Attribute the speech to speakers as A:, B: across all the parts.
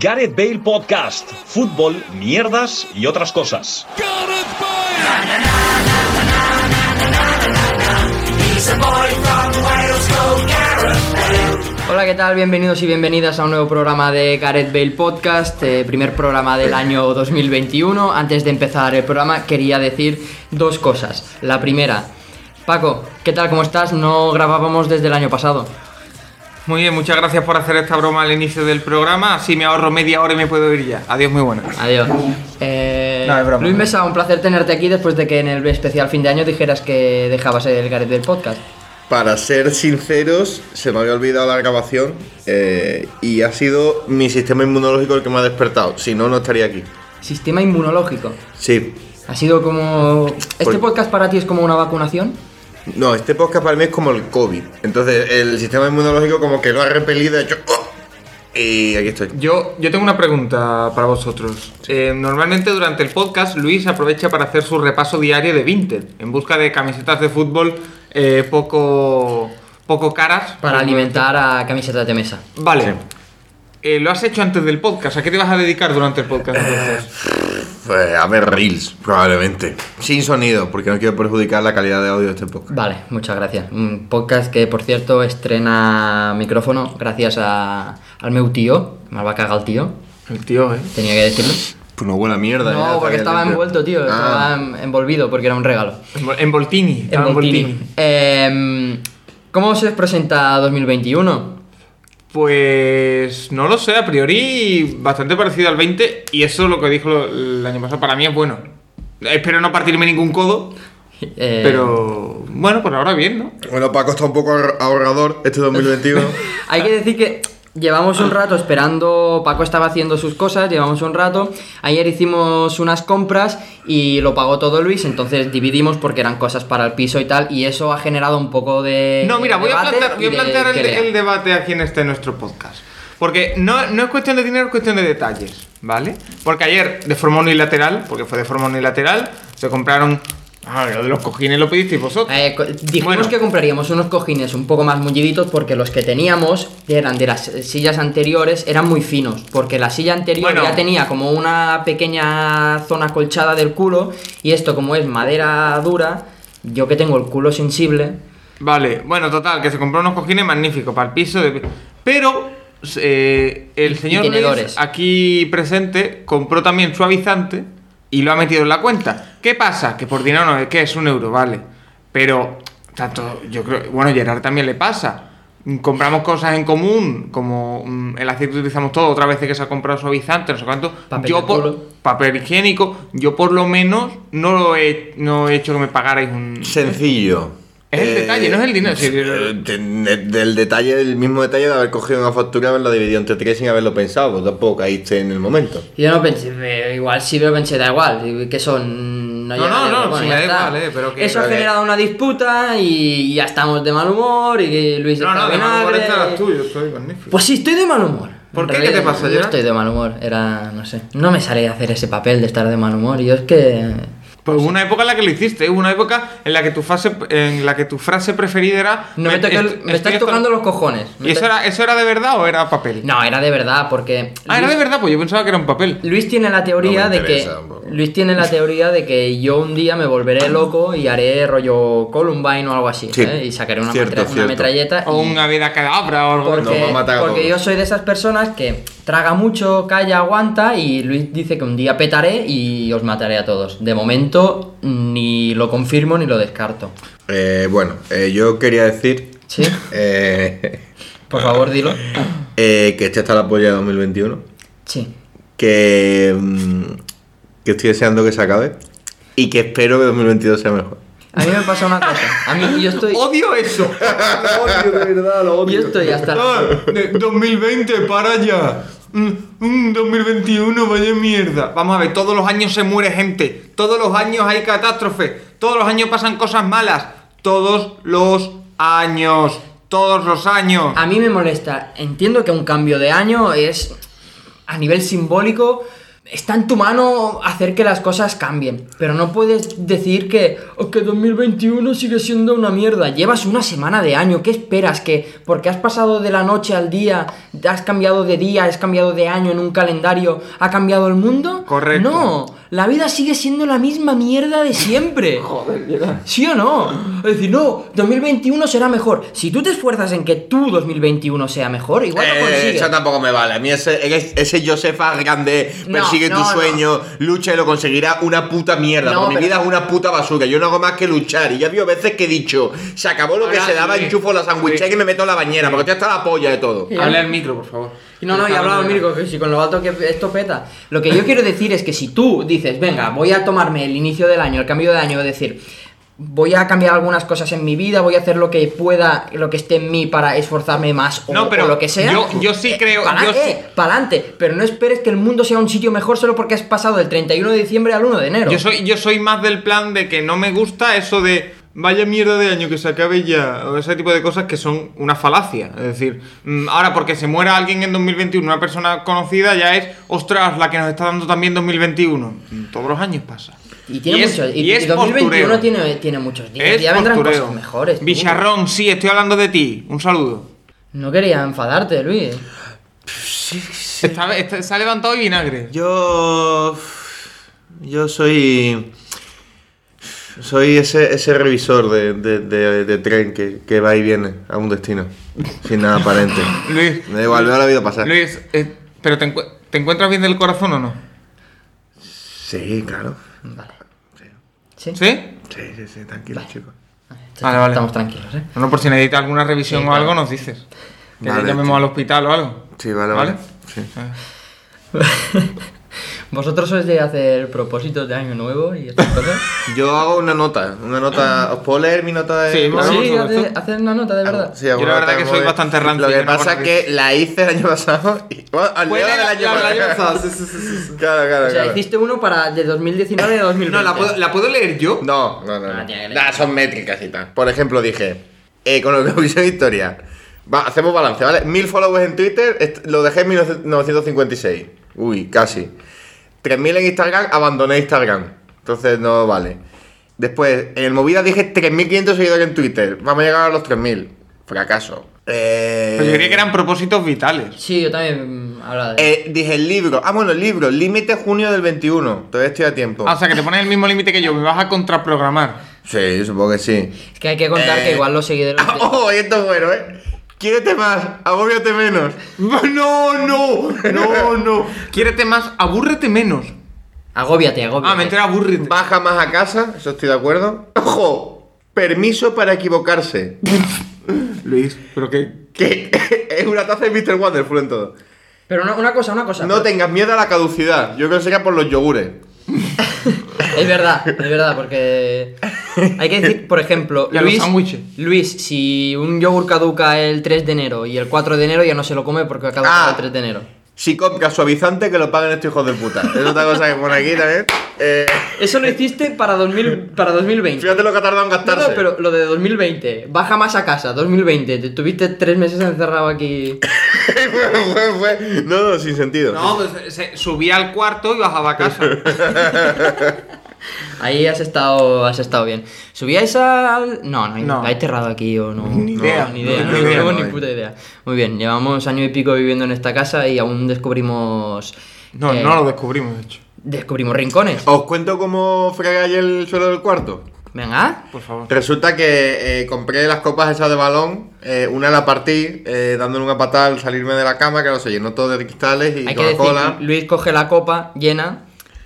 A: Gareth Bale Podcast, fútbol, mierdas y otras cosas.
B: Hola, ¿qué tal? Bienvenidos y bienvenidas a un nuevo programa de Gareth Bale Podcast, eh, primer programa del año 2021. Antes de empezar el programa quería decir dos cosas. La primera, Paco, ¿qué tal? ¿Cómo estás? No grabábamos desde el año pasado.
C: Muy bien, muchas gracias por hacer esta broma al inicio del programa. Así me ahorro media hora y me puedo ir ya. Adiós, muy buenas.
B: Adiós. Eh,
C: No, es broma.
B: Luis Mesa, un placer tenerte aquí después de que en el especial fin de año dijeras que dejabas el Gareth Bale Podcast.
D: Para ser sinceros, se me había olvidado la grabación eh, y ha sido mi sistema inmunológico el que me ha despertado. Si no, no estaría aquí.
B: Sistema inmunológico.
D: Sí.
B: Ha sido como... ¿Este
D: Pues-
B: podcast para ti es como una vacunación?
D: No, este podcast para mí es como el COVID. Entonces, el sistema inmunológico como que lo ha repelido. ha hecho, "Oh", y aquí estoy.
C: Yo, yo tengo una pregunta para vosotros. Eh, normalmente durante el podcast Luis aprovecha para hacer su repaso diario de Vinted en busca de camisetas de fútbol eh, poco, poco caras.
B: Para alimentar a camisetas de mesa.
C: Vale. Eh, lo has hecho antes del podcast. ¿A qué te vas a dedicar durante el podcast? entonces?
D: Pues, a ver, Reels, probablemente. Sin sonido, porque no quiero perjudicar la calidad de audio de este podcast.
B: Vale, muchas gracias. Un podcast que, por cierto, estrena micrófono gracias a, al meu tío, que me va a cagar el tío,
C: El tío, ¿eh?
B: tenía que decirlo.
D: Pues no huele a mierda. ya,
B: No, porque
D: bien
B: estaba
D: limpio.
B: envuelto, tío, estaba
D: Ah,
B: en- envolvido porque era un regalo.
C: Envol- Envoltini. estaba
B: Envoltini.
C: Envoltini.
B: Em, ¿Cómo se os presenta 2021?
C: Pues no lo sé, a priori bastante parecido al 20 y eso lo que dijo el año pasado para mí es bueno. Espero no partirme ningún codo,
B: Eh,
C: pero bueno, por ahora bien, ¿no?
D: Bueno, Paco está un poco ahor- ahorrador este 2021.
B: Hay que decir que llevamos un rato esperando, Paco estaba haciendo sus cosas, llevamos un rato, ayer hicimos unas compras y lo pagó todo Luis, entonces dividimos porque eran cosas para el piso y tal, y eso ha generado un poco de...
C: No, mira, voy a
B: Eh, debate
C: plantear, voy a
B: y de
C: plantear el,
B: pelea.
C: el debate aquí en este nuestro podcast. Porque no, no es cuestión de dinero, es cuestión de detalles, ¿vale? Porque ayer, de forma unilateral, porque fue de forma unilateral, se compraron... Ah, lo de los cojines lo pedisteis vosotros.
B: Eh, co- dijimos
C: Bueno.
B: que compraríamos unos cojines un poco más mulliditos porque los que teníamos, que eran de las eh, sillas anteriores, eran muy finos. Porque la silla anterior
C: Bueno.
B: ya tenía como una pequeña zona colchada del culo y esto como es madera dura, yo que tengo el culo sensible,
C: Vale, bueno, total, que se compró unos cojines magníficos para el piso. de- Pero eh, el señor Luis,
B: tenedores.
C: aquí presente compró también suavizante y lo ha metido en la cuenta. ¿Qué pasa? Que por dinero no es que es un euro, vale. Pero tanto, yo creo, bueno, Gerard también le pasa. Mm, Compramos cosas en común, como mm, el aceite que utilizamos todo, otra vez que se ha comprado suavizante, no sé cuánto.
B: Papel de
C: yo por-
B: culo.
C: papel higiénico, yo por lo menos no lo he, no he hecho que me pagarais un,
D: Sencillo.
C: Es el detalle, no es el dinero, sí.
D: eh, de- de- del detalle, del mismo detalle de haber cogido una factura, haberla dividido entre tres sin haberlo pensado. Vos tampoco caíste en el momento.
B: Y Yo no pensé, eh, igual sí lo pensé, da igual, que son...
C: No,
B: llega
C: no,
B: a euros,
C: no, sí,
B: ya
C: da
B: está.
C: igual, eh, pero que-
B: Eso ha
C: pero que-
B: generado una disputa y ya estamos de mal humor y que Luis
C: No,
B: está
C: no, de mal humor
B: vinagre.
C: estarás tú, yo estoy magnífico.
B: Pues sí, estoy de mal humor.
C: ¿Por
B: En
C: qué? ¿Qué
B: realidad,
C: te pasa,
B: No
C: Gerard?
B: estoy de mal humor, era, no sé. No me salía hacer ese papel de estar de mal humor, yo es que...
C: Pues hubo una época en la que lo hiciste, hubo una época en la que tu fase, en la que tu frase preferida era.
B: No me, toca el-
C: est-
B: me estás
C: estoy hasta-
B: tocando los cojones. Me
C: ¿Y eso
B: estás-
C: era, eso era de verdad o era papel?
B: No, era de verdad, porque...
C: Ah, era de verdad, pues yo pensaba que era un papel.
B: Luis tiene la teoría
D: No me
B: de que
D: interesa, bro.
B: Luis tiene la teoría de que yo un día me volveré loco y haré rollo Columbine o algo así
D: Sí,
B: ¿eh? y sacaré una,
D: cierto,
B: metra- una
D: cierto.
B: metralleta
C: O
B: y-
C: una vida cadabra o algo.
D: Nos
B: porque,
D: va a matar a
B: porque
D: todos.
B: yo soy de esas personas que traga mucho, calla, aguanta y Luis dice que un día petaré y os mataré a todos. De momento ni lo confirmo ni lo descarto.
D: Eh, bueno, eh, yo quería decir
B: ¿Sí?
D: eh,
B: Por favor, dilo.
D: eh, que este está la polla de 2021.
B: Sí.
D: Que, mm, que estoy deseando que se acabe. Y que espero que 2022 sea mejor.
B: A mí me pasa una cosa. A mí yo estoy
C: Odio eso.
B: yo estoy hasta
C: Ah, de 2020, para ya. Mm, mm, 2021, vaya mierda. Vamos a ver, todos los años se muere gente. Todos los años hay catástrofes. Todos los años pasan cosas malas. Todos los años. Todos los años.
B: A mí me molesta. Entiendo que un cambio de año es a nivel simbólico está en tu mano hacer que las cosas cambien, pero no puedes decir que, "Oh, que 2021 sigue siendo una mierda. Llevas una semana de año, ¿qué esperas? Que porque has pasado de la noche al día, has cambiado de día, has cambiado de año en un calendario, ha cambiado el mundo.
C: Correcto.
B: No, la vida sigue siendo la misma mierda de siempre. ¿Sí o no? Es decir, no, 2021 será mejor. Si tú te esfuerzas en que tu 2021 sea mejor, igual lo
D: Eh,
B: consigues.
D: eso tampoco me vale. A mí ese, ese Josefa grande
B: No,
D: persigue
B: no,
D: tu
B: no.
D: sueño, lucha y lo conseguirá una puta mierda.
B: No,
D: porque mi
B: pero-
D: vida es una puta basura. Yo no hago más que luchar. Y ya vio veces que he dicho, se acabó lo que
C: Ahora,
D: se daba,
C: sí.
D: enchufo la sandwichera y me meto en la bañera, porque estoy hasta la polla de todo.
B: Ya.
C: Habla el micro, por favor.
B: Y No, no, y hablaba Mirko, que si con lo alto que esto peta. Lo que yo quiero decir es que si tú dices, venga, voy a tomarme el inicio del año, el cambio de año, es decir, voy a cambiar algunas cosas en mi vida, voy a hacer lo que pueda, lo que esté en mí para esforzarme más o,
C: No, pero
B: o lo que sea.
C: yo- yo sí creo-
B: Para
C: yo sí-
B: adelante, pero no esperes que el mundo sea un sitio mejor solo porque has pasado del 31 de diciembre al 1 de enero.
C: Yo soy, yo soy más del plan de que no me gusta eso de vaya mierda de año que se acabe ya, o ese tipo de cosas que son una falacia. Es decir, mm, ahora porque se muera alguien en 2021, una persona conocida, ya es, ostras, la que nos está dando también 2021. Mm, Todos los años pasa.
B: y tiene
C: es-
B: muchos- y-
C: y es
B: y 2021
C: postureo.
B: tiene, tiene muchos días.
C: Es
B: ya vendrán
C: postureo.
B: cosas mejores. tú.
C: Bicharrón, sí, estoy hablando de ti. Un saludo.
B: No quería enfadarte, Luis.
C: Está- está- se ha levantado y vinagre.
D: Yo. Yo soy. Soy ese, ese revisor de, de- de- de tren que, que va y viene a un destino. Sin nada aparente.
C: Luis.
D: Me da igual, veo la vida pasar.
C: Luis, eh, ¿pero te, encu- te encuentras bien del corazón o no?
D: Sí, claro.
B: Vale. ¿Sí?
C: ¿Sí?
D: Sí, sí, sí, tranquilo, chicos.
C: Vale, vale.
B: Estamos tranquilos, ¿eh?
C: Bueno, por si necesitas alguna revisión
B: Sí,
C: o
B: claro.
C: algo, nos dices. Que
D: Vale,
C: llamemos
D: sí.
C: al hospital o algo.
D: Sí, vale, vale. Sí.
B: ¿Vosotros sois de hacer propósitos de año nuevo y estas cosas?
D: Yo hago una nota, una nota. ¿Os puedo leer mi nota de.?
C: Sí,
D: ¿no?
C: vamos a
B: sí,
C: ver
B: hace-
C: esto.
B: hacer una nota, de verdad.
D: Sí, hago
C: Yo la
D: una
C: verdad
D: nota
C: que
D: de
C: soy
D: móvil.
C: bastante rancio,
D: Lo
C: yo
D: que
C: no
D: pasa es
C: conozco
D: que la hice el año pasado. Y, bueno, al
C: Fue
D: lado
C: del-
D: del año
C: del año
D: pasado.
C: pasado, sí, sí, sí, sí.
D: Claro, claro,
B: O sea,
D: claro.
B: hiciste uno para de 2019 a 2020.
C: No, ¿la puedo, ¿la puedo leer yo?
D: No, no, no.
B: Ah,
D: no.
B: tiene que leer.
D: Nah, son métricas y tal. Por ejemplo, dije, eh, con lo que puse en historia, va, hacemos balance, ¿vale? Mil followers en Twitter, est- lo dejé en 1956. Uy, casi. 3000 en Instagram, abandoné Instagram. Entonces no vale. Después, en el Movida dije 3500 seguidores en Twitter. Vamos a llegar a los 3000. Fracaso. Eh,
C: Pues yo creía que eran propósitos vitales.
B: Sí, yo también mm, hablaba de
D: eh, dije el libro. Ah, bueno, el libro. Límite junio del 21. Todavía estoy a tiempo.
C: Ah, o sea, que te pones el mismo límite que yo, me vas a contraprogramar.
D: Sí, supongo que sí.
B: Es que hay que contar
D: Eh,
B: que igual los seguidores... de-
D: ¡Oh, esto es bueno, eh! Quiérete más, agobiate menos.
C: No, no, no, no. Quiérete más, abúrrete menos.
B: Agóbiate, agóbiate.
C: Ah, me entera aburrite.
D: Baja más a casa, eso estoy de acuerdo. ¡Ojo! Permiso para equivocarse.
C: Luis, pero que.
D: Que es una taza de Mr. Wonderful en todo.
B: Pero una, una cosa, una cosa.
D: No tengas miedo a la caducidad. Yo creo que sería por los yogures.
B: Es verdad, es verdad, porque... Hay que decir, por ejemplo,
C: Y a los
B: Luis,
C: sándwiches.
B: Luis, si un yogur caduca el 3 de enero y el 4 de enero ya no se lo come porque ha caducado
D: Ah.
B: el 3 de enero.
D: Si compras suavizante, que lo paguen estos hijos de puta. Es otra cosa que pone aquí también. Eh,
B: Eso lo hiciste para, 2000, para 2020.
D: fíjate lo que ha tardado en
B: No,
D: gastarse.
B: no, pero lo de 2020. Baja más a casa, 2020. Te tuviste tres meses encerrado aquí.
D: Fue- fue- fue- No, no, sin sentido.
C: No, pues se- subía al cuarto y bajaba a casa.
B: Ahí has estado, has estado bien. ¿Subíais al.? No, no,
C: No.
B: no. ¿Habéis cerrado aquí o no?
C: Ni idea.
B: No, ni idea.
D: No,
B: No,
D: ni idea,
B: tenemos
D: no,
B: ni
D: eh.
B: puta idea. Muy bien, llevamos año y pico viviendo en esta casa y aún descubrimos.
C: No,
B: eh,
C: no lo descubrimos, de hecho.
B: Descubrimos rincones.
D: ¿Os cuento cómo fregáis el suelo del cuarto?
B: Venga.
C: Por favor.
D: Resulta que eh, compré las copas esas de balón, eh, una la partí, eh, dándole una patada al salirme de la cama, que no se llenó todo de cristales y
B: Hay que decir,
D: Coca-Cola.
B: Luis coge la copa llena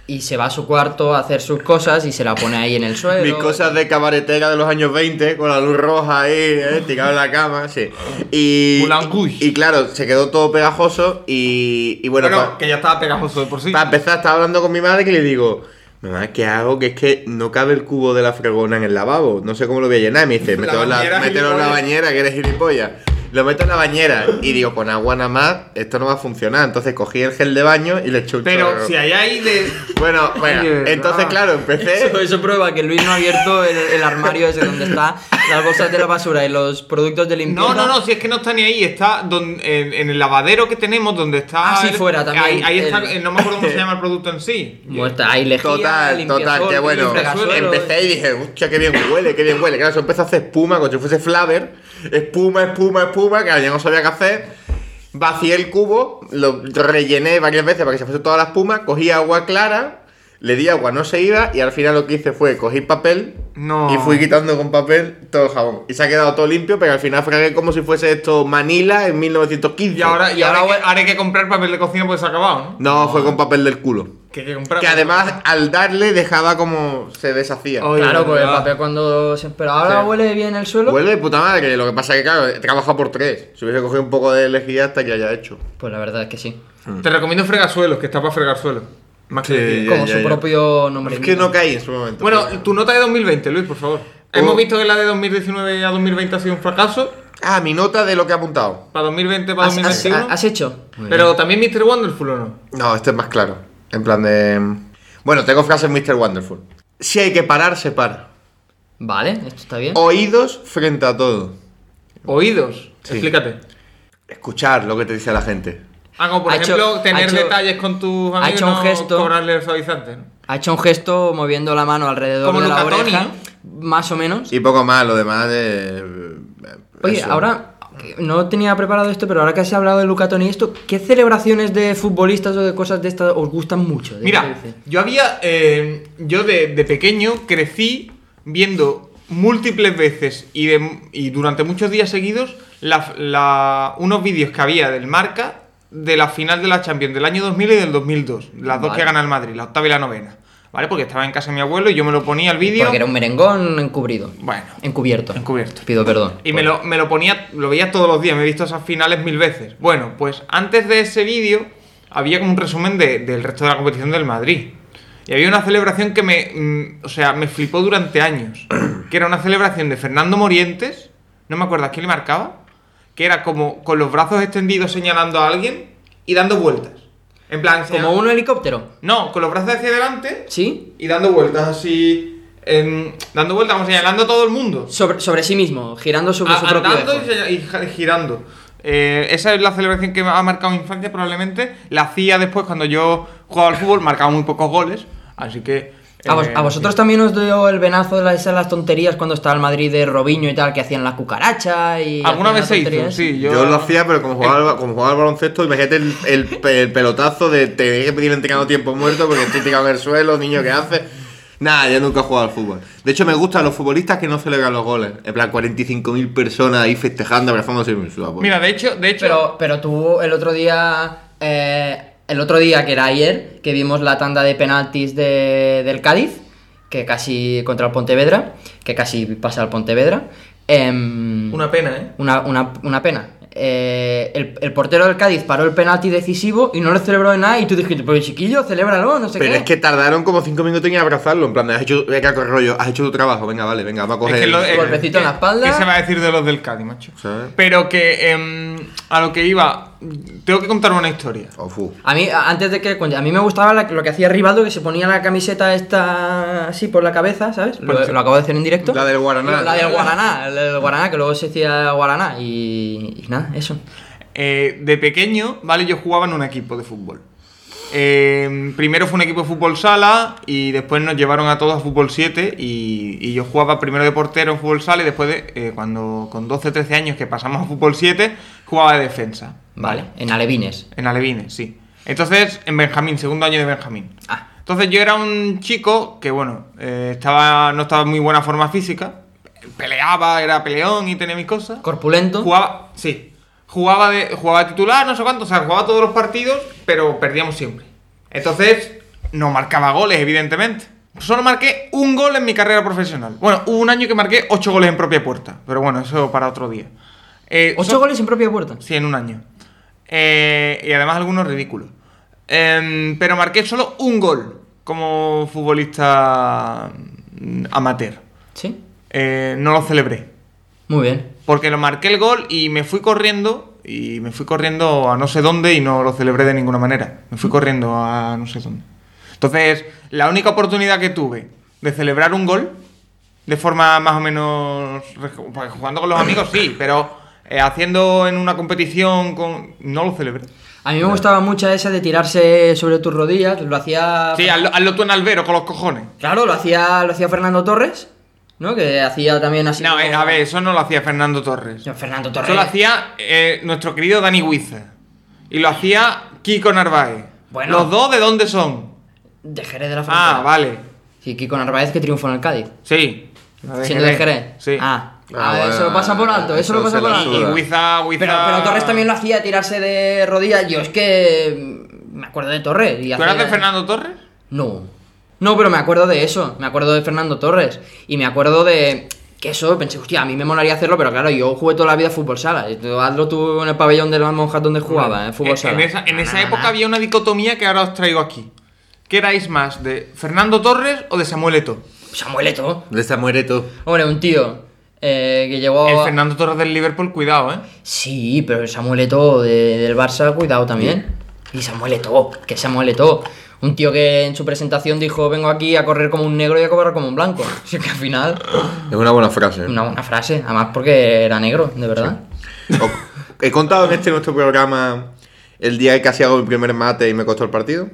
B: y se va a su cuarto a hacer sus cosas y se la pone ahí en el suelo.
D: Mis cosas de cabaretera de los años 20, con la luz roja ahí, eh, tirado en la cama, sí. Y,
C: Moulin Rouge.
D: y, claro, se quedó todo pegajoso y, y bueno,
C: Bueno,
D: pa-
C: que ya estaba pegajoso de por sí.
D: Para empezar, estaba hablando con mi madre que le digo, mamá, ¿qué hago? Que es que no cabe el cubo de la fregona en el lavabo. No sé cómo lo voy a llenar. Y me dice, mételo en la,
C: bañera,
D: mételo en la
C: gilipollas".
D: bañera, que eres gilipollas. Lo meto en la bañera y digo, con agua nada más, esto no va a funcionar. Entonces cogí el gel de baño y le eché un
C: Pero
D: chorro.
C: si allá hay de.
D: Bueno,
C: Ay,
D: bueno,
C: de
D: entonces
C: verdad.
D: claro, empecé.
B: Eso, eso prueba que Luis no ha abierto el, el armario ese donde está las bolsas de la basura y los productos de limpieza.
C: No, no, no, si es que no está ni ahí, está don- en, en el lavadero que tenemos, donde está.
B: Ah, sí,
C: el-
B: fuera también,
C: Ahí, ahí está,
B: el-
C: eh, no me acuerdo cómo se llama el producto en sí.
B: Bueno, está ahí lejía,
D: Total, total,
B: limpiasol,
D: qué bueno.
B: fregasuelos.
D: Empecé y dije, hostia, qué bien huele, qué bien huele. Claro, eso empezó a hacer espuma, como si fuese flaver. Espuma, espuma, espuma, que ya no sabía qué hacer. Vacié el cubo, lo rellené varias veces para que se fuese toda la espuma, cogí agua clara, le di agua, no se iba, y al final lo que hice fue cogí papel
C: No.
D: y fui quitando con papel todo el jabón. Y se ha quedado todo limpio, pero al final fragué como si fuese esto Manila en 1915.
C: Y ahora, y
B: Y ahora
C: ahora, hay,
B: voy-
C: que, ahora hay que comprar papel de cocina porque se ha acabado, ¿no?
D: No, fue con papel del culo.
C: Que hay que comprar.
D: Que además al darle dejaba como se deshacía.
C: Oye,
B: eh. Claro, porque el
C: ¿verdad?
B: papel cuando se espera. Ahora
D: Sí.
B: huele bien el suelo.
D: Huele de puta madre, lo que pasa es que, claro, he trabajado por tres. Si hubiese cogido un poco de lejía hasta que haya hecho.
B: Pues la verdad es que sí.
C: Te recomiendo fregasuelos, que está para fregar suelos. Más que
D: Sí,
C: lejía.
D: Ya,
B: Como
D: ya,
B: su
D: ya.
B: propio nombre.
D: Es que no
B: indica.
D: caí en su momento.
C: Bueno, tu nota de 2020, Luis, por favor.
B: Oh.
C: Hemos visto que la de 2019 a 2020 ha sido un fracaso.
D: Ah, mi nota de lo que he apuntado.
C: Para 2020, para
B: ¿Has, has-
C: 2021.
B: has hecho?
C: pero también Mr. Wonderful o no.
D: No, este es más claro. En plan de. Bueno, tengo frases Mr. Wonderful. Si hay que parar, se para.
B: Vale, esto está bien.
D: Oídos frente a todo.
C: Oídos. Explícate.
D: Escuchar lo que te dice la gente.
C: Ah, como por
B: Ha hecho-
C: ejemplo, tener
B: ha hecho-
C: detalles con tus amigos
B: hecho un
C: y no
B: gesto.
C: cobrarle el suavizante. ¿no?
B: Ha hecho un gesto moviendo la mano alrededor
C: Como
B: de la
C: Luca Toni,
B: oreja.
C: ¿no?
B: Más o menos.
D: Y poco más, lo demás de. eh,
B: Oye,
D: eso.
B: ahora que no tenía preparado esto, pero ahora que has hablado de Luca Toni y esto, ¿qué celebraciones de futbolistas o de cosas de estas os gustan mucho? ¿De qué
C: Mira,
B: dice?
C: yo había. eh, yo de, de pequeño crecí viendo múltiples veces y, de- y durante muchos días seguidos la- la- unos vídeos que había del marca de la final de la Champions del año 2000 y del 2002. Las dos
B: Vale.
C: que gana el Madrid, la octava y la novena. ¿Vale? Porque estaba en casa de mi abuelo y yo me lo ponía el vídeo.
B: Porque era un merengón encubrido.
C: Bueno,
B: Encubierto.
C: Encubierto.
B: Pido perdón.
C: Y me lo, me lo ponía, lo veía todos los días, me he visto esas finales mil veces. Bueno, pues antes de ese vídeo había como un resumen de- del resto de la competición del Madrid. Y había una celebración que me, mm, o sea, me flipó durante años. Que era una celebración de Fernando Morientes, no me acuerdo a quién le marcaba, que era como con los brazos extendidos señalando a alguien y dando vueltas. En plan,
B: Como un helicóptero.
C: No, con los brazos hacia adelante
B: ¿Sí?
C: y dando vueltas así, em, dando vueltas, como señalando a todo el mundo.
B: Sobre, sobre sí mismo, girando sobre
C: A-
B: su propio
C: Ah, andando
B: eje.
C: y se- y, gi- girando. Eh, esa es la celebración que ha marcado mi infancia, probablemente. La hacía después cuando yo jugaba al fútbol, marcaba muy pocos goles. Así que.
B: ¿A, vos-
C: eh,
B: a vosotros también os dio el venazo de las, esas las tonterías cuando estaba el Madrid de Robinho y tal, que hacían la cucaracha y.
C: Alguna
B: hacían la
C: vez se
B: tontería
C: hizo,
B: esa?
C: sí. Yo,
D: Yo, lo hacía, pero como jugaba, al, ba- como jugaba al baloncesto, imagínate el, el pe- el pelotazo de tener que pedir entrenado tiempo muerto porque estoy tirado en el suelo, niño, ¿qué hace? Nada, yo nunca he jugado al fútbol. De hecho, me gustan los futbolistas que no celebran los goles. En plan, 45.000 personas ahí festejando, abrazándose. me suda, pues.
C: Mira, de hecho, de hecho.
B: Pero, pero tú el otro día. eh, el otro día, que era ayer, que vimos la tanda de penaltis de- del Cádiz, que casi contra el Pontevedra, que casi pasa al Pontevedra. em,
C: Una pena, ¿eh?
B: una, una- una pena. Eh, el, el portero del Cádiz paró el penalti decisivo y no lo celebró de nada. Y tú dijiste, pero chiquillo, celébralo, no sé
D: pero
B: qué.
D: es que tardaron como 5 minutos en abrazarlo. En plan, has hecho, venga, qué rollo, has hecho tu trabajo, venga, vale, venga, vamos a coger.
C: Es que lo- eh,
B: golpecito en la
C: ¿qué-
B: espalda.
C: ¿Qué se va a decir de los del Cádiz, macho?
D: ¿Sabes?
C: Pero que. em, a lo que iba. Tengo que contar una historia.
D: Oh, fu.
B: A mí, a- antes de que cuente, a mí me gustaba la- lo que hacía Rivaldo, que se ponía la camiseta esta así por la cabeza, ¿sabes? Lo,
C: Pues sí.
B: lo acabo de hacer en directo.
D: La del Guaraná.
B: La del Guaraná, la del Guaraná, que luego se decía Guaraná. Y, y nada, eso.
C: Eh, de pequeño, ¿vale? Yo jugaba en un equipo de fútbol. Eh, primero fue un equipo de fútbol sala y después nos llevaron a todos a fútbol 7 y, y yo jugaba primero de portero en fútbol sala y después de, eh, cuando con 12, 13 años que pasamos a fútbol 7 jugaba de defensa.
B: Vale, en Alevines.
C: En Alevines, sí. Entonces, en Benjamín, segundo año de Benjamín.
B: Ah.
C: Entonces yo era un chico que, bueno, eh, estaba, no estaba en muy buena forma física, peleaba, era peleón y tenía mis cosas.
B: Corpulento.
C: Jugaba, sí. Jugaba de, jugaba de titular, no sé cuánto, o sea, jugaba todos los partidos, pero perdíamos siempre. Entonces, no marcaba goles, evidentemente. Solo marqué un gol en mi carrera profesional. Bueno, hubo un año que marqué ocho goles en propia puerta, pero bueno, eso para otro día. Eh,
B: Ocho
C: so-
B: goles en propia puerta.
C: Sí, en un año. Eh, y además algunos ridículos. Em, pero marqué solo un gol como futbolista mm, amateur.
B: Sí.
C: Eh, no lo celebré.
B: Muy bien.
C: porque lo marqué el gol y me fui corriendo y me fui corriendo a no sé dónde y no lo celebré de ninguna manera. Me fui corriendo a no sé dónde. Entonces, la única oportunidad que tuve de celebrar un gol de forma más o menos reg- pues, jugando con los amigos sí, pero eh, haciendo en una competición con no lo celebré.
B: A mí me gustaba mucho esa de tirarse sobre tus rodillas, lo hacía...
C: Sí, hazlo, hazlo tú en albero con los cojones.
B: Claro, lo hacía, lo hacía Fernando Torres, ¿no? Que hacía también así...
C: No,
B: como-
C: eh, a ver, eso no lo hacía Fernando Torres.
B: No, Fernando Torres.
C: Eso lo hacía eh, nuestro querido Dani Huiza. Y lo hacía Kiko Narváez.
B: Bueno.
C: ¿Los dos de dónde son?
B: De Jerez de la Frontera.
C: Ah, vale.
B: Sí, Kiko Narváez que triunfó en el Cádiz.
C: Sí. La de
B: Siendo de Jerez.
C: Sí.
B: Ah,
D: Ah,
B: a ver,
D: bueno,
B: eso lo pasa por alto, eso, lo
D: eso
B: pasa
D: se
B: por
D: la
B: alto.
C: Y
D: suda.
C: Huiza, Huiza...
B: Pero, pero Torres también lo hacía tirarse de rodillas. Yo es que mm, me acuerdo de Torres. Y
C: ¿Tú eras de Fernando Torres?
B: No. No, pero me acuerdo de eso. Me acuerdo de Fernando Torres. Y me acuerdo de. Que eso, pensé, hostia, a mí me molaría hacerlo, pero claro, yo jugué toda la vida a fútbol sala. Y tú hazlo tú en el pabellón de las monjas donde jugaba, en fútbol
C: Eh,
B: sala.
C: en esa, en
B: Na,
C: esa
B: na, na,
C: época
B: na.
C: había una dicotomía que ahora os traigo aquí. ¿Qué erais más, de Fernando Torres o de Samuel Eto'o?
B: Samuel Eto'o.
D: De esta muere tú.
B: Hombre, un tío eh, que llegó.
C: El Fernando Torres del Liverpool, cuidado, ¿eh?
B: Sí, pero el Samuel Eto'o de- del Barça, cuidado también. Y Samuel Eto'o, que Samuel Eto'o. Un tío que en su presentación dijo, vengo aquí a correr como un negro y a cobrar como un blanco. Así que al final,
D: Es una buena frase. ¿eh?
B: una buena frase. Además porque era negro, de verdad.
D: O- ¿He contado en este nuestro programa el día que casi hago el primer mate y me costó el partido?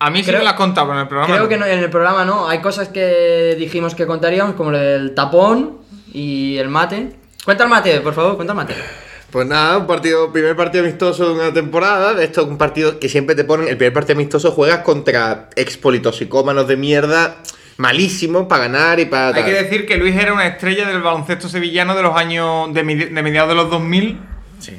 C: A mí sí
B: Creo-
C: me la contaba en el programa.
B: Creo que no- en el programa no. Hay cosas que dijimos que contaríamos, como el tapón y el mate. Cuenta el mate, por favor, cuenta el mate.
D: Pues nada, un partido, primer partido amistoso de una temporada. De esto, un partido que siempre te ponen. El primer partido amistoso juegas contra expolitoxicómanos de mierda, malísimos para ganar y para.
C: Hay
D: tal.
C: que decir que Luis era una estrella del baloncesto sevillano de los años de, mi- de mediados de los 2000.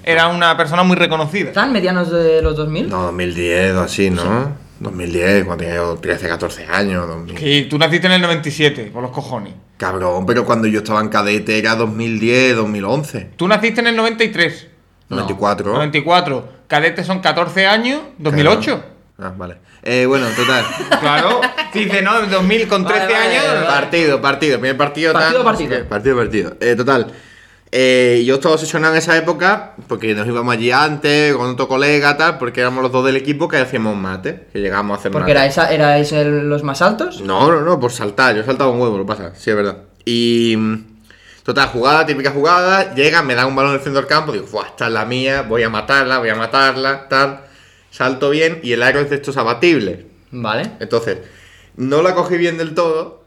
C: era una persona muy reconocida.
B: ¿Están medianos de los 2000?
D: No, 2010 o así, ¿no? 2010, cuando tenía yo 13, 14 años. 2000.
C: Y tú naciste en el 97, por los cojones.
D: Cabrón, pero cuando yo estaba en cadete era 2010, 2011,
C: Tú naciste en el 93,
D: 94.
C: 94. Cadetes son 14 años, 2008.
D: Ah, vale. Eh, bueno, total.
C: Claro. Dice, no, en 2000 con
B: Vale,
C: 13
B: vale,
C: años.
B: vale.
D: Partido, partido, primer partido.
B: Partido,
D: tal, no sé
B: partido.
D: qué, partido, partido. Eh, total. Eh, yo estaba obsesionado en esa época porque nos íbamos allí antes con otro colega, tal, porque éramos los dos del equipo que hacíamos mate, que llegábamos a hacer
B: Porque
D: mate.
B: erais, erais el- los más altos.
D: No, no, no, por saltar. Yo he saltado un huevo, lo pasa. Sí, es verdad. Y. mm, Total, jugada, típica jugada. Llega, me da un balón en el centro del campo. Digo, Buah, esta es la mía, voy a matarla, voy a matarla, tal. Salto bien y el aero es de estos abatibles.
B: Vale.
D: Entonces, no la cogí bien del todo.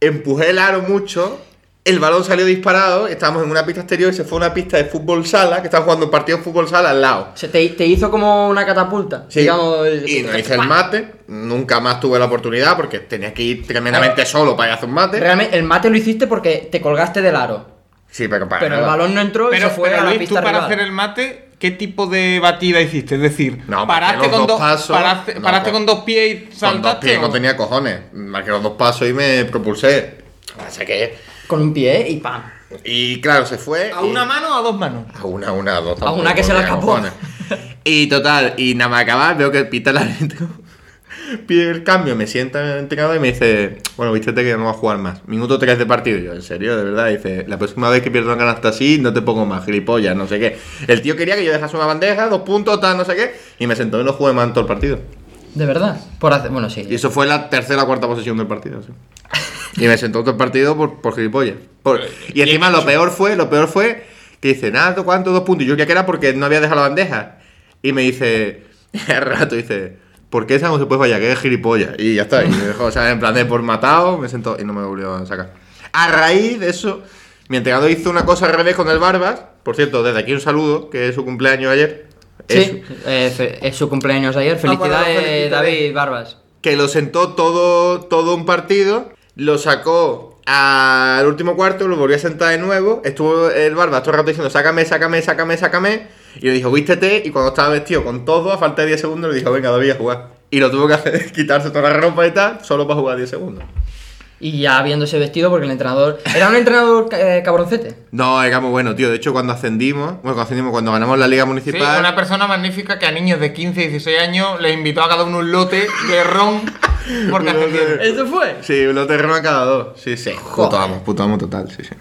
D: Empujé el aro mucho. El balón salió disparado. Estábamos en una pista exterior y se fue a una pista de fútbol sala. Que estaba jugando un partido de fútbol sala al lado.
B: Se te, te hizo como una catapulta.
D: Sí,
B: Digamos, el-
D: y no hice el mate. Nunca más tuve la oportunidad porque tenía que ir tremendamente solo para ir a hacer un mate.
B: Realmente el mate lo hiciste porque te colgaste del aro.
D: Sí, pero para
B: Pero el
D: nada.
B: balón no entró y
C: Ah, Pero,
B: se fue
C: pero,
B: a la
C: Luis, tú
B: pista
C: para
B: rival.
C: hacer el mate, ¿qué tipo de batida hiciste? Es decir,
D: No,
C: paraste,
D: marqué los
C: con
D: dos
C: dos,
D: pasos.
C: paraste,
D: No,
C: paraste
D: con-
C: con dos pies y
D: Con dos
C: saltaste.
D: pies no
C: o-
D: tenía cojones. Marqué los dos pasos y me propulsé. Así que...
B: Con un pie y pam.
D: Y claro, se fue.
C: ¿A
D: y-
C: una mano o a dos manos?
D: A una, a una, a dos.
B: A una que se la
D: tenía
B: escapó.
D: cojones. Y total, y nada más acabar, veo que pita el árbitro. Pide el cambio, me sienta en el entrenador y me dice, bueno, vístete que no va a jugar más. Minuto 3 de partido. Y Yo, en serio, de verdad, dice, la próxima vez que pierdo un canasta así, no te pongo más, gilipollas, no sé qué. El tío quería que yo dejase una bandeja, dos puntos, tal, no sé qué, y me sentó y no jugué más en todo el partido.
B: De verdad. Por hacer. Bueno, sí.
D: Y eso fue la tercera o cuarta posesión del partido. sí. Y me sentó todo el partido por, por gilipollas. Por- y encima lo peor fue, lo peor fue que dice, nada, ¿cuánto? Dos puntos. Y yo creía que era porque no había dejado la bandeja. Y me dice, al rato dice, ¿por qué esa no se puede fallar? Que es gilipollas. Y ya está. Y me dejó, o sea, en plan de por matado, me sentó y no me volvió a sacar. A raíz de eso, mi entrenador hizo una cosa al revés con el Barbas. Por cierto, desde aquí un saludo, que es su cumpleaños ayer. Es-
B: Sí, eh, fe- es su cumpleaños ayer.
C: Ah, bueno,
B: Felicidades,
C: felicidades.
B: David Barbas.
D: que lo sentó todo, todo un partido, lo sacó al último cuarto, lo volvió a sentar de nuevo, estuvo el Barba todo el rato diciendo, sácame, sácame, sácame, sácame, y le dijo, vístete, y cuando estaba vestido con todo, a falta de 10 segundos, le dijo, venga, David, a jugar. Y lo tuvo que hacer, quitarse toda la ropa y tal, solo para jugar 10 segundos.
B: Y ya habiéndose vestido porque el entrenador... Era un entrenador eh, cabroncete.
D: No, era muy bueno, tío. De hecho, cuando ascendimos, bueno, cuando ascendimos, cuando ganamos la Liga
C: Sí,
D: Municipal,
C: una persona magnífica que a niños de 15 y 16 años les invitó a cada uno un lote de ron porque
D: Un lote.
C: ascendieron.
B: ¿Eso fue?
D: sí, lo terreno a cada dos. Sí, sí.
B: Joder.
D: Puto amo, puto amo total, sí, sí.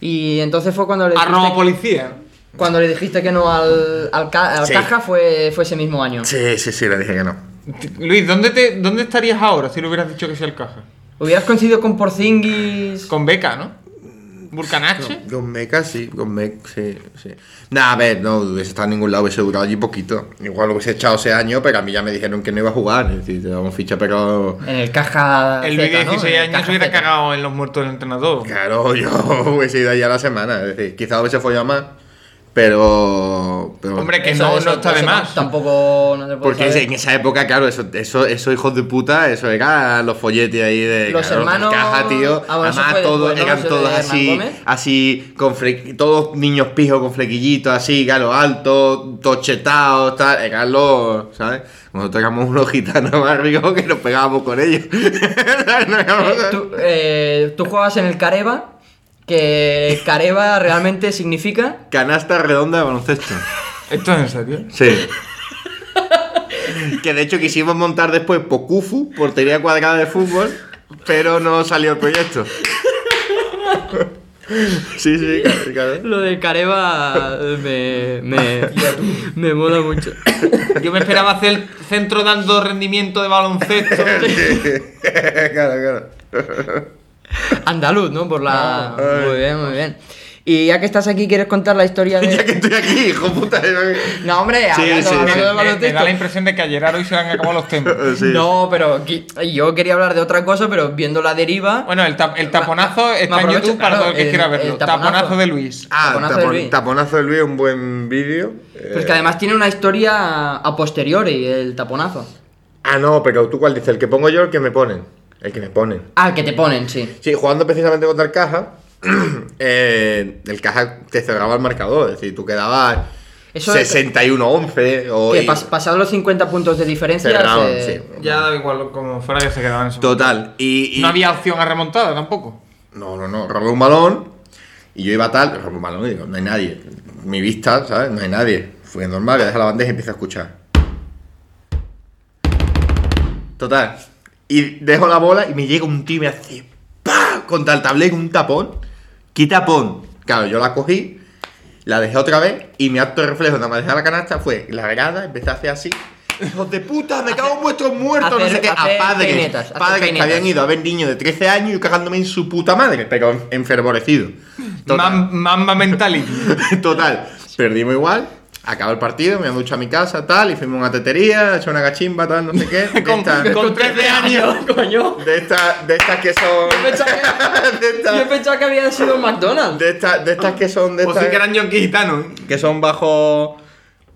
B: Y entonces fue cuando le
C: Arroba
B: dijiste,
C: policía.
B: cuando le dijiste que no al, al, ca- al
D: Sí.
B: caja, fue, fue ese mismo año.
D: Sí, sí, sí, le dije que no.
C: Luis, ¿dónde, te, ¿dónde estarías ahora si le hubieras dicho que sea el caja?
B: Hubieras coincidido con Porzingis.
C: Con beca, ¿no? Burcanache.
D: Con Meca sí, con Meca sí, sí. Nah, a ver, no hubiese estado en ningún lado, hubiese durado allí poquito. Igual lo hubiese echado ese año, pero a mí ya me dijeron que no iba a jugar. Es decir, te damos ficha, pero.
B: En el caja.
C: El Luis
B: Zeta,
C: de
B: ¿no?
C: 16
B: En el
C: años
B: caja
C: se hubiera
B: Zeta.
C: cagado en los muertos del entrenador.
D: Claro, yo hubiese ido allá a la semana. Es decir, quizás hubiese follado más, pero. pero
C: Hombre, que
B: Eso-
C: no,
B: eso-
C: no está de
B: eso
C: más.
B: Tampoco no se puede
D: Porque
B: saber.
D: en esa época, claro, eso, eso, esos hijos de puta, eso era los folletes ahí de
B: Los
D: claro,
B: hermanos-
D: caja, tío.
B: Ah, bueno, eso
D: Además,
B: fue
D: todos
B: después, ¿no?
D: eran
B: Eso de
D: todos
B: Hernán
D: así,
B: Gómez.
D: así, con fre- todos niños pijos con flequillitos, así, claro, altos, tochetados, tal. Eran los, ¿sabes? Nosotros éramos unos gitanos más ricos que nos pegábamos con ellos. No éramos-
B: Eh, tú, eh, tú jugabas en el Careva, que Careva realmente significa.
D: Canasta redonda de baloncesto.
C: ¿Esto es en serio?
D: Sí. que de hecho quisimos montar después Pocufu, portería cuadrada de fútbol, pero no salió el proyecto. sí, sí, claro, claro.
B: Lo del Careva me, me, me mola mucho.
C: Yo me esperaba hacer el centro dando rendimiento de baloncesto.
D: claro, claro.
B: Andaluz, ¿no? Por
D: Ah,
B: la. Muy bien, muy bien. Y ya que estás aquí, ¿quieres contar la historia
D: Ya que
B: de.?
D: estoy aquí, hijo puta. eh.
B: No, hombre,
D: Sí,
B: hablando,
D: sí,
B: hablando
D: sí.
B: de
C: me, me da la
B: baloncesto.
C: impresión de que ayer a hoy se han acabado los temas.
D: Sí.
B: No, pero qui- yo quería hablar de otra cosa, pero viendo la deriva.
C: Bueno, el, tap- el taponazo
B: me
C: está en
B: aprovecho,
C: YouTube para
B: claro,
C: todo el que
B: el-
C: quiera
B: el
C: verlo.
B: taponazo.
C: taponazo. de Luis.
D: Ah,
B: Taponazo
D: tapon-
B: del Luis.
D: taponazo del Luis, un buen vídeo. Eh,
B: Pero es pues que además tiene una historia a posteriori, el taponazo.
D: Ah, no, pero tú cuál dices, el que pongo yo o el que me ponen. El que me ponen.
B: Ah, que te ponen, sí.
D: Sí, jugando precisamente contra el caja, eh, el caja te cerraba el marcador, es decir, tú quedabas
B: Eso es-
D: 61-11 o...
B: Que
D: y-
B: pas- pasados los 50 puntos de diferencia.
D: cerraban,
B: se-
D: sí.
C: Ya da igual como fuera que se quedaban en su
D: Total, y... y-
C: No había opción a remontada tampoco.
D: No, no, no, robé un balón y yo iba tal, robé un balón y digo, no hay nadie. Mi vista, ¿sabes? No hay nadie. Fui normal, voy a dejar la bandeja y empiezo a escuchar. Total, y dejo la bola y me llega un tío y me hace... ¡pam! Contra el tablero un tapón. ¿Qué tapón? Claro, yo la cogí... La dejé otra vez y mi acto de reflejo nada más dejar la canasta fue la regada, empecé a hacer así. Hijos de puta, me cago en vuestros muertos, no sé
B: hacer-
D: qué. A
B: hacer
D: padres,
B: peinetas, hacer
D: padres que
B: peinetas.
D: habían ido a ver niños de 13 años y cagándome en su puta madre, pero enfervorecido. Total,
C: Mam- Mamba mentality.
D: total, perdimos igual. Acabó el partido, me han duchado a mi casa, tal, y fuimos a una tetería, he hecho una cachimba, tal, no sé qué. De
C: con,
D: estas-
C: con 13 años.
B: coño.
D: de estas- de estas que son.
B: Yo pensaba
D: de
B: Yo
D: estas-
B: pensaba que había sido un McDonald's.
D: de estas- de estas que son. De
C: O
D: estas,
C: Pues sí que eran yonkis gitanos.
D: que son bajo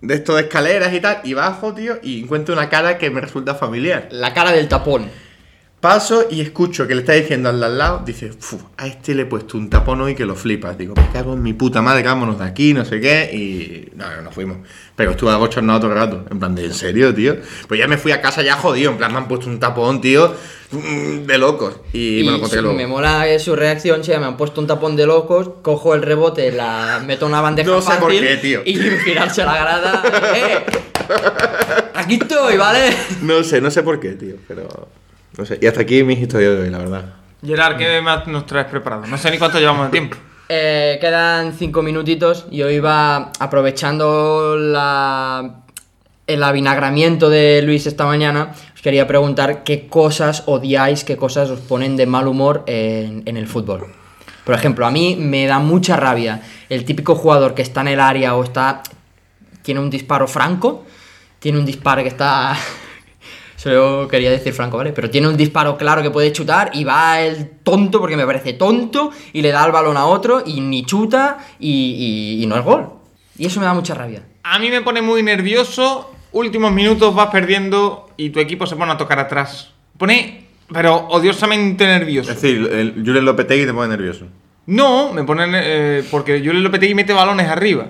D: de esto de escaleras y tal, y bajo, tío, y encuentro una cara que me resulta familiar.
B: La cara del tapón.
D: Paso y escucho que le está diciendo al de al lado, dice, "Fu, a este le he puesto un tapón hoy que lo flipas. Digo, me cago en mi puta madre, vámonos de aquí, no sé qué, y no, no, nos fuimos. Pero estuve abochornado todo el rato, en plan, de, ¿en serio, tío? Pues ya me fui a casa ya jodido, en plan, me han puesto un tapón, tío, mm, de locos. Y, me lo encontré
B: su-
D: luego.
B: me mola eh, su reacción, se me han puesto un tapón de locos, cojo el rebote, la meto en una bandeja
D: No sé por
B: fácil
D: qué, tío.
B: y girarse a la grada. ¡Eh! Aquí estoy, ¿vale?
D: No sé, no sé por qué, tío, pero... No sé, y hasta aquí mis historias de hoy, la verdad.
C: Gerard, ¿qué más nos traes preparado? No sé ni cuánto llevamos de tiempo.
B: Eh, quedan cinco minutitos. Yo iba aprovechando la, el avinagramiento de Luis esta mañana. Os quería preguntar qué cosas odiáis, qué cosas os ponen de mal humor en, en el fútbol. Por ejemplo, a mí me da mucha rabia el típico jugador que está en el área o está tiene un disparo franco, tiene un disparo que está. Solo quería decir franco, ¿vale? Pero tiene un disparo claro que puede chutar y va el tonto, porque me parece tonto, y le da el balón a otro y ni chuta y, y- y no es gol. Y eso me da mucha rabia.
C: A mí me pone muy nervioso. Últimos minutos vas perdiendo y tu equipo se pone a tocar atrás. Pone, pero odiosamente nervioso.
D: Es decir, el Julen Lopetegui te pone nervioso.
C: No, me ponen. eh, porque yo le Lopetegui mete balones arriba.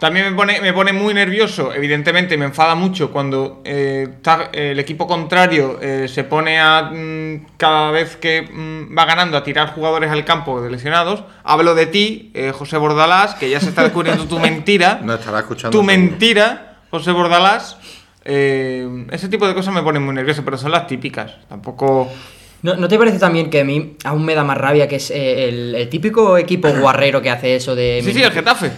C: También me pone, me pone muy nervioso, evidentemente, me enfada mucho cuando eh, está- el equipo contrario eh, se pone a. mm, cada vez que mm, va ganando a tirar jugadores al campo de lesionados. Hablo de ti, eh, José Bordalás, que ya se está descubriendo tu mentira.
D: No estará escuchando.
C: Tu
D: seguro.
C: mentira, José Bordalás. eh, ese tipo de cosas me ponen muy nervioso, pero son las típicas. Tampoco.
B: ¿No, ¿No te parece también que a mí aún me da más rabia que es eh, el, el típico equipo guarrero que hace eso de...
C: Sí, sí, el Getafe.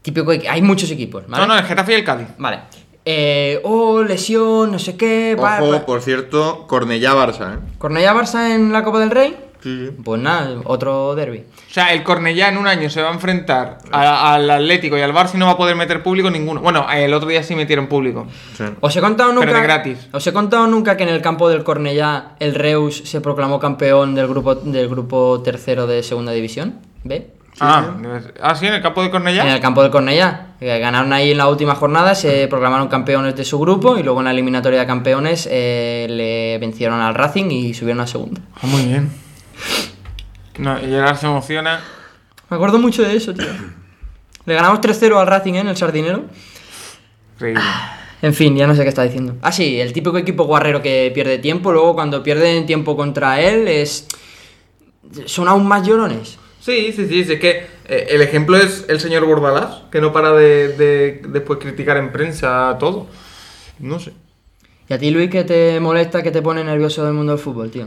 B: Típico, equi- hay muchos equipos, ¿vale?
C: No, no, el Getafe y el Cádiz.
B: Vale. Eh, oh, lesión, no sé qué. va-
D: Ojo,
B: va-
D: por cierto, Cornellá Barça, ¿eh?
B: Cornellá Barça en la Copa del Rey.
D: Sí, sí.
B: Pues nada, otro derby.
C: O sea, el Cornellá en un año se va a enfrentar a- al Atlético y al Barça y no va a poder meter público ninguno. Bueno, el otro día sí metieron público.
D: sí.
B: Os he contado
C: Pero
B: nunca.
C: de gratis.
B: Os he contado nunca que en el campo del Cornellá el Reus se proclamó campeón del grupo del grupo tercero de segunda división. ¿Ve?
C: ah, debe- ah, sí, en el campo de Cornellá.
B: En el campo del Cornellá. que Ganaron ahí en la última jornada, se proclamaron campeones de su grupo y luego en la eliminatoria de campeones eh, le vencieron al Racing y subieron a segunda.
C: Ah, muy bien. No, y ahora se emociona.
B: Me acuerdo mucho de eso, tío. Le ganamos 3-0 al Racing ¿eh? en el Sardinero.
C: Increíble.
B: En fin, ya no sé qué está diciendo. Ah, sí, el típico equipo guerrero que pierde tiempo, luego cuando pierden tiempo contra él es... Son aún más llorones.
C: Sí, sí, sí, sí, es que eh, el ejemplo es el señor Bordalás, que no para de, de después criticar en prensa todo. No sé.
B: ¿Y a ti, Luis, qué te molesta, que te pone nervioso del mundo del fútbol, tío?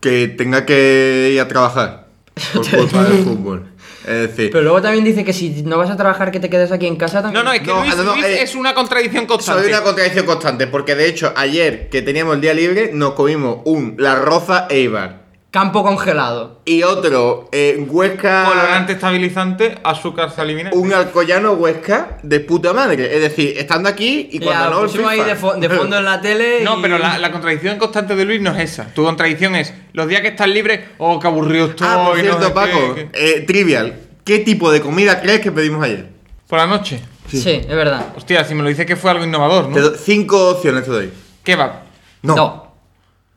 D: Que tenga que ir a trabajar por culpa del fútbol. Es decir,
B: Pero luego también dice que si no vas a trabajar, que te quedes aquí en casa
C: No,
B: también.
C: no, es que
D: No,
C: Luis,
D: no, no,
C: Luis
D: eh,
C: es una contradicción constante.
D: soy una contradicción constante, porque de hecho, ayer que teníamos el día libre, nos comimos un La Roza Eibar
B: Campo congelado.
D: y otro eh, Huesca.
C: Colorante estabilizante, azúcar salimina.
D: Un Alcoyano Huesca de puta madre. Es decir, estando aquí y cuando
B: Ya,
D: no. el
B: pusimos ahí
D: FIFA.
B: de, fo- de fondo en la tele
C: No,
B: y-
C: pero la, la contradicción constante de Luis no es esa. Tu contradicción es los días que estás libre, oh, qué aburrido estoy.
D: Ah, por
C: no
D: cierto,
C: sé qué,
D: Paco,
C: que-
D: eh, trivial. ¿Qué tipo de comida crees que pedimos ayer?
C: Por la noche.
B: Sí. es verdad.
C: Hostia, si me lo dices que fue algo innovador,
D: Te
C: ¿no?
D: doy- cinco opciones te doy.
C: Kebab,
D: No.
B: No,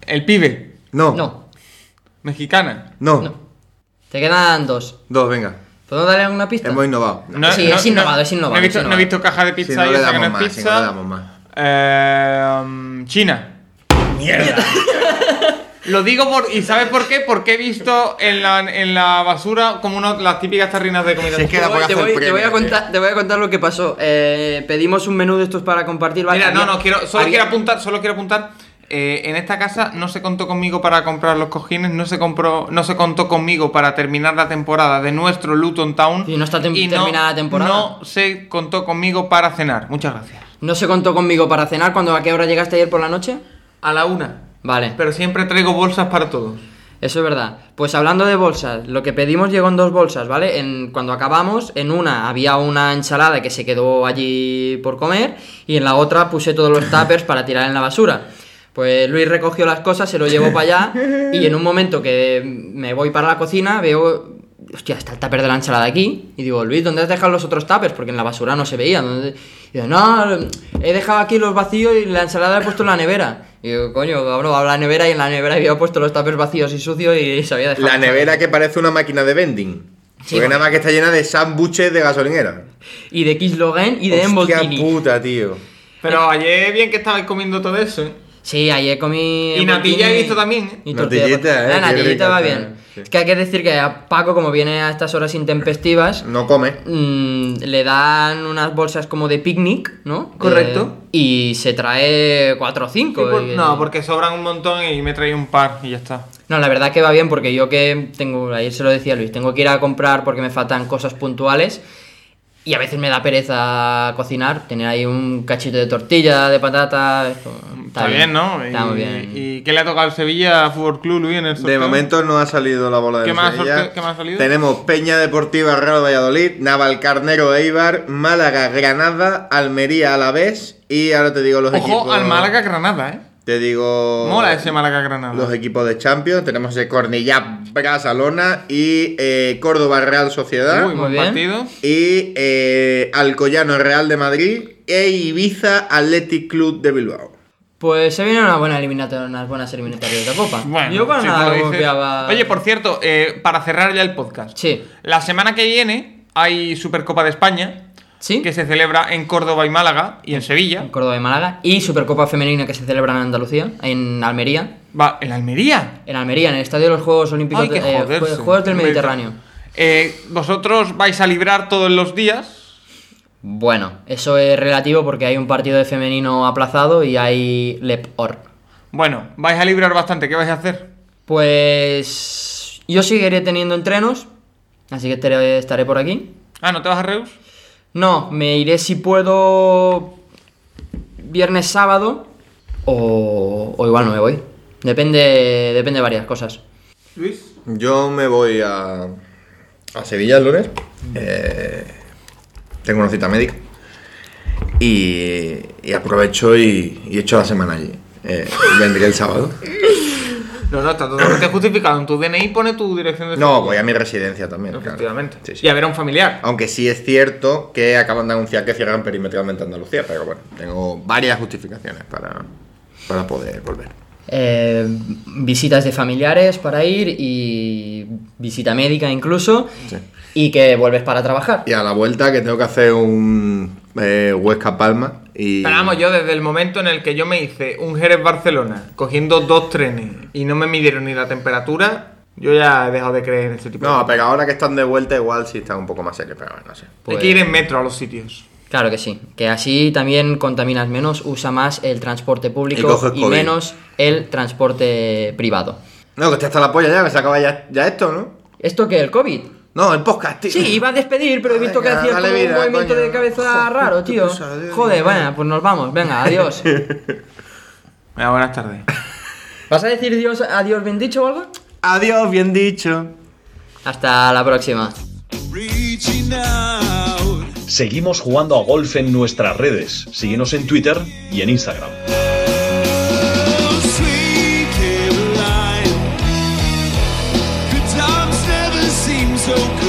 C: el pibe,
D: No. No.
B: no,
C: mexicana.
D: No.
B: no. Te quedan dos.
D: Dos, venga.
B: ¿Puedo darle alguna pista?
D: Hemos innovado.
C: No-
B: Sí, es innovador, es innovador,
C: No he visto,
B: es
C: no he visto caja de
D: Si
C: pizza
D: no
C: y
D: le
C: esa que
D: damos
C: no
D: más,
C: es
D: si no le
C: pizza.
D: damos más.
C: Eh, um, China.
A: ¡Mierda!
C: Lo digo por. ¿Y sabes por qué? Porque he visto en la, en la basura como una, las típicas tarrinas de comida.
D: Si es que
B: Te
D: era
B: voy,
D: por
B: te
D: hacer
B: voy- te
D: premio,
B: voy a
D: tío.
B: contar, te voy a contar lo que pasó. Eh, pedimos un menú de estos para compartir. ¿vale?
C: Mira, no,
B: Había-
C: no, quiero, solo
B: había-
C: quiero apuntar, solo quiero apuntar. eh, en esta casa no se contó conmigo para comprar los cojines, no se compró, no se contó conmigo para terminar la temporada de nuestro Luton Town.
B: Y no está tem- terminada la temporada.
C: No se contó conmigo para cenar. Muchas gracias.
B: ¿No se contó conmigo para cenar cuando a qué hora llegaste ayer por la noche.
C: A la una.
B: Vale,
C: Pero siempre traigo bolsas para todos.
B: eso es verdad. Pues hablando de bolsas, lo que pedimos llegó en dos bolsas, ¿vale? En, cuando acabamos, en una había una ensalada que se quedó allí por comer y en la otra puse todos los tuppers para tirar en la basura. Pues Luis recogió las cosas, se lo llevó para allá y en un momento que me voy para la cocina veo hostia, está el tupper de la ensalada aquí. Y digo, Luis, ¿dónde has dejado los otros tuppers? Porque en la basura no se veía. ¿dónde-?". Y digo, no, he dejado aquí los vacíos y la ensalada la he puesto en la nevera. Y digo, coño, cabrón, va a la nevera y en la nevera había puesto los tuppers vacíos y sucios y se había dejado.
D: La nevera que parece una máquina de vending. porque
B: Sí, bueno.
D: nada más que está llena de sándwiches de gasolinera.
B: Y de Kislogen y de
D: Hostia
B: Emboltini.
D: puta, tío.
C: Pero
B: Eh.
C: ayer bien que estabais comiendo todo eso, ¿eh?
B: Sí, ayer comí.
C: Y natilla
B: Emboltini
C: he visto también, ¿eh?
B: Y tortilla de
D: Natillita,
B: patata.
D: eh,
B: La
D: qué
B: natillita
D: rica,
B: va
D: sí,
B: bien.
D: sí.
B: Es que hay que decir que a Paco, como viene a estas horas intempestivas,
D: No come.
B: Mm, le dan unas bolsas como de picnic, ¿no?
C: Correcto.
B: Eh, y se trae cuatro o cinco.
C: Sí, por-
B: y-
C: no, porque sobran un montón y me traí un par y ya está.
B: No, la verdad que va bien porque yo que tengo, ayer se lo decía a Luis, tengo que ir a comprar porque me faltan cosas puntuales y a veces me da pereza cocinar, tener ahí un cachito de tortilla, de patata. es como-
C: Está, bien, ¿no?
B: Está
C: y,
B: muy bien.
C: ¿Y qué le ha tocado al Sevilla Fútbol Club, Luis, en el
D: De
C: sorteo?
D: momento no ha salido la bola de
C: ¿Qué
D: la
C: más ha
D: Sevilla.
C: sorte- qué más ha salido?
D: Tenemos Peña Deportiva Real Valladolid, Navalcarnero Eibar, Málaga Granada, Almería Alavés y ahora te digo los equipos.
C: Ojo al Málaga Granada, ¿eh?
D: Te digo.
C: Mola ese Málaga Granada.
D: Los equipos de Champions. Tenemos el Cornellá Brasalona y eh, Córdoba Real Sociedad.
C: Muy
B: Muy
C: buen
B: bien.
C: partido.
D: y eh, Alcoyano Real de Madrid e Ibiza Athletic Club de Bilbao.
B: Pues se viene una buena eliminatoria, unas buenas eliminatorias de copa. yo para
C: si
B: nada
C: tú lo dices.
B: confiaba-
C: Oye, por cierto, eh, para cerrar ya el podcast.
B: Sí.
C: La semana que viene hay Supercopa de España
B: ¿Sí?
C: que se celebra en Córdoba y Málaga y en Sevilla.
B: en Córdoba y Málaga y Supercopa Femenina que se celebra en Andalucía, en Almería.
C: Va, en Almería.
B: En Almería, en el Estadio de los Juegos Olímpicos
C: Ay, qué
B: eh,
C: joderse.
B: Jue- Juegos del Mediterráneo.
C: Eh, vosotros vais a librar todos los días.
B: Bueno, eso es relativo porque hay un partido de femenino aplazado y hay Lepor.
C: Bueno, vais a librar bastante. ¿Qué vais a hacer?
B: Pues yo seguiré teniendo entrenos, así que estaré, estaré por aquí.
C: Ah, ¿no te vas a Reus?
B: No, me iré si puedo viernes, sábado o, o igual no me voy. Depende, depende de varias cosas.
C: Luis.
D: Yo me voy a, a Sevilla el lunes. Eh, tengo una cita médica. Y, y aprovecho y, y echo la semana allí. Eh, vendré el sábado.
C: No, no, está totalmente justificado. En tu DNI pone tu dirección de
D: No, voy a mi residencia también. claro.
C: Efectivamente.
D: Sí, sí.
C: Y a ver a un familiar.
D: Aunque sí es cierto que acaban de anunciar que cierran perimetralmente Andalucía, pero bueno, tengo varias justificaciones para, para poder volver.
B: Eh, visitas de familiares para ir y visita médica incluso.
D: Sí.
B: Y que vuelves para trabajar.
D: Y a la vuelta que tengo que hacer un eh, Huesca Palma y.
C: Pero vamos, yo desde el momento en el que yo me hice un Jerez Barcelona cogiendo dos trenes y no me midieron ni la temperatura, yo ya he dejado de creer en este tipo de
D: No,
C: cosas.
D: pero ahora que están de vuelta igual sí están un poco más serios, pero bueno, no sé.
C: Hay que ir en metro a los sitios.
B: Claro que sí, que así también contaminas menos, usa más el transporte
D: Y
B: público
D: coges
B: y,
D: COVID.
B: menos el transporte privado.
D: No, que está hasta la polla ya, que se acaba ya, ya esto, ¿no?
B: ¿Esto qué? ¿El COVID?
D: No, el podcast, tío.
B: Sí, iba a despedir, pero he visto que
D: Venga,
B: hacía
D: dale
B: como un
D: vida,
B: movimiento
D: coño.
B: de cabeza
D: Joder,
B: raro,
D: qué
B: tío.
D: pesado, Dios
B: Joder,
D: mío.
B: bueno, pues nos vamos, venga, adiós.
C: Venga, buenas tardes.
B: ¿Vas a decir Dios, adiós bien dicho o algo?
D: Adiós, bien dicho.
B: Hasta la próxima.
E: Reaching out.
A: Seguimos jugando a golf en nuestras redes. Síguenos en Twitter y en Instagram.
E: Oh, sweet Caroline. Good times never seem so good.